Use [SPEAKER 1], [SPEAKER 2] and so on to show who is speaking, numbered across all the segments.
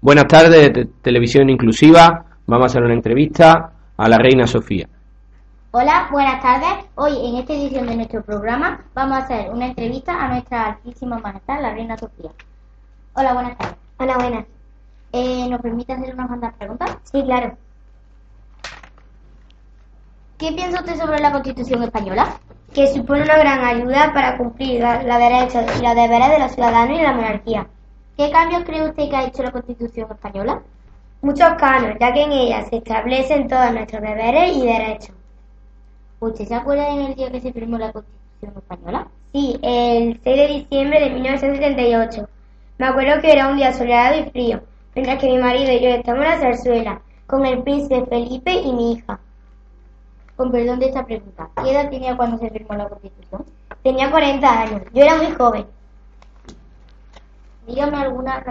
[SPEAKER 1] Buenas tardes, de Televisión Inclusiva. Vamos a hacer una entrevista a la Reina Sofía.
[SPEAKER 2] Hola, buenas tardes. Hoy en esta edición de nuestro programa vamos a hacer una entrevista a nuestra altísima majestad, la Reina Sofía. Hola, buenas tardes.
[SPEAKER 3] Hola, buenas.
[SPEAKER 2] Eh, ¿Nos permite hacer unas cuantas preguntas?
[SPEAKER 3] Sí, claro.
[SPEAKER 2] ¿Qué piensa usted sobre la Constitución española?
[SPEAKER 3] Que supone una gran ayuda para cumplir la- los derechos y los deberes de los ciudadanos y la monarquía.
[SPEAKER 2] ¿Qué cambios cree usted que ha hecho la Constitución española?
[SPEAKER 3] Muchos canos, ya que en ella se establecen todos nuestros deberes y derechos.
[SPEAKER 2] ¿Usted se acuerda en el día que se firmó la Constitución española?
[SPEAKER 3] Sí, el 6 de diciembre de 1978. Me acuerdo que era un día soleado y frío, mientras que mi marido y yo estábamos en la zarzuela, con el príncipe Felipe y mi hija.
[SPEAKER 2] Con perdón de esta pregunta, ¿qué edad tenía cuando se firmó la Constitución?
[SPEAKER 3] Tenía 40 años, yo era muy joven.
[SPEAKER 2] Dígame alguna,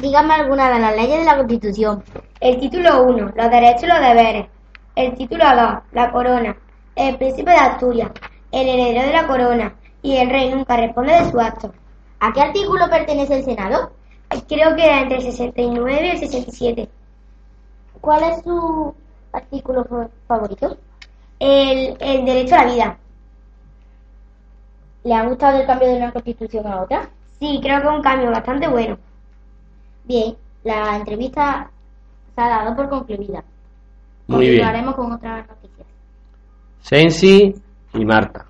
[SPEAKER 2] dígame alguna de las leyes de la Constitución.
[SPEAKER 3] El título 1, los derechos y los deberes. El título 2, la corona. El príncipe de Asturias, el heredero de la corona. Y el rey nunca responde de su acto.
[SPEAKER 2] ¿A qué artículo pertenece el Senado?
[SPEAKER 3] Pues Creo que era entre el 69 y el 67.
[SPEAKER 2] ¿Cuál es su artículo fa- favorito?
[SPEAKER 3] El, el derecho a la vida.
[SPEAKER 2] ¿Le ha gustado el cambio de una constitución a otra?
[SPEAKER 3] Sí, creo que es un cambio bastante bueno.
[SPEAKER 2] Bien, la entrevista se ha dado por concluida.
[SPEAKER 1] Muy bien.
[SPEAKER 2] Continuaremos con otras noticias.
[SPEAKER 1] Sensi y Marta.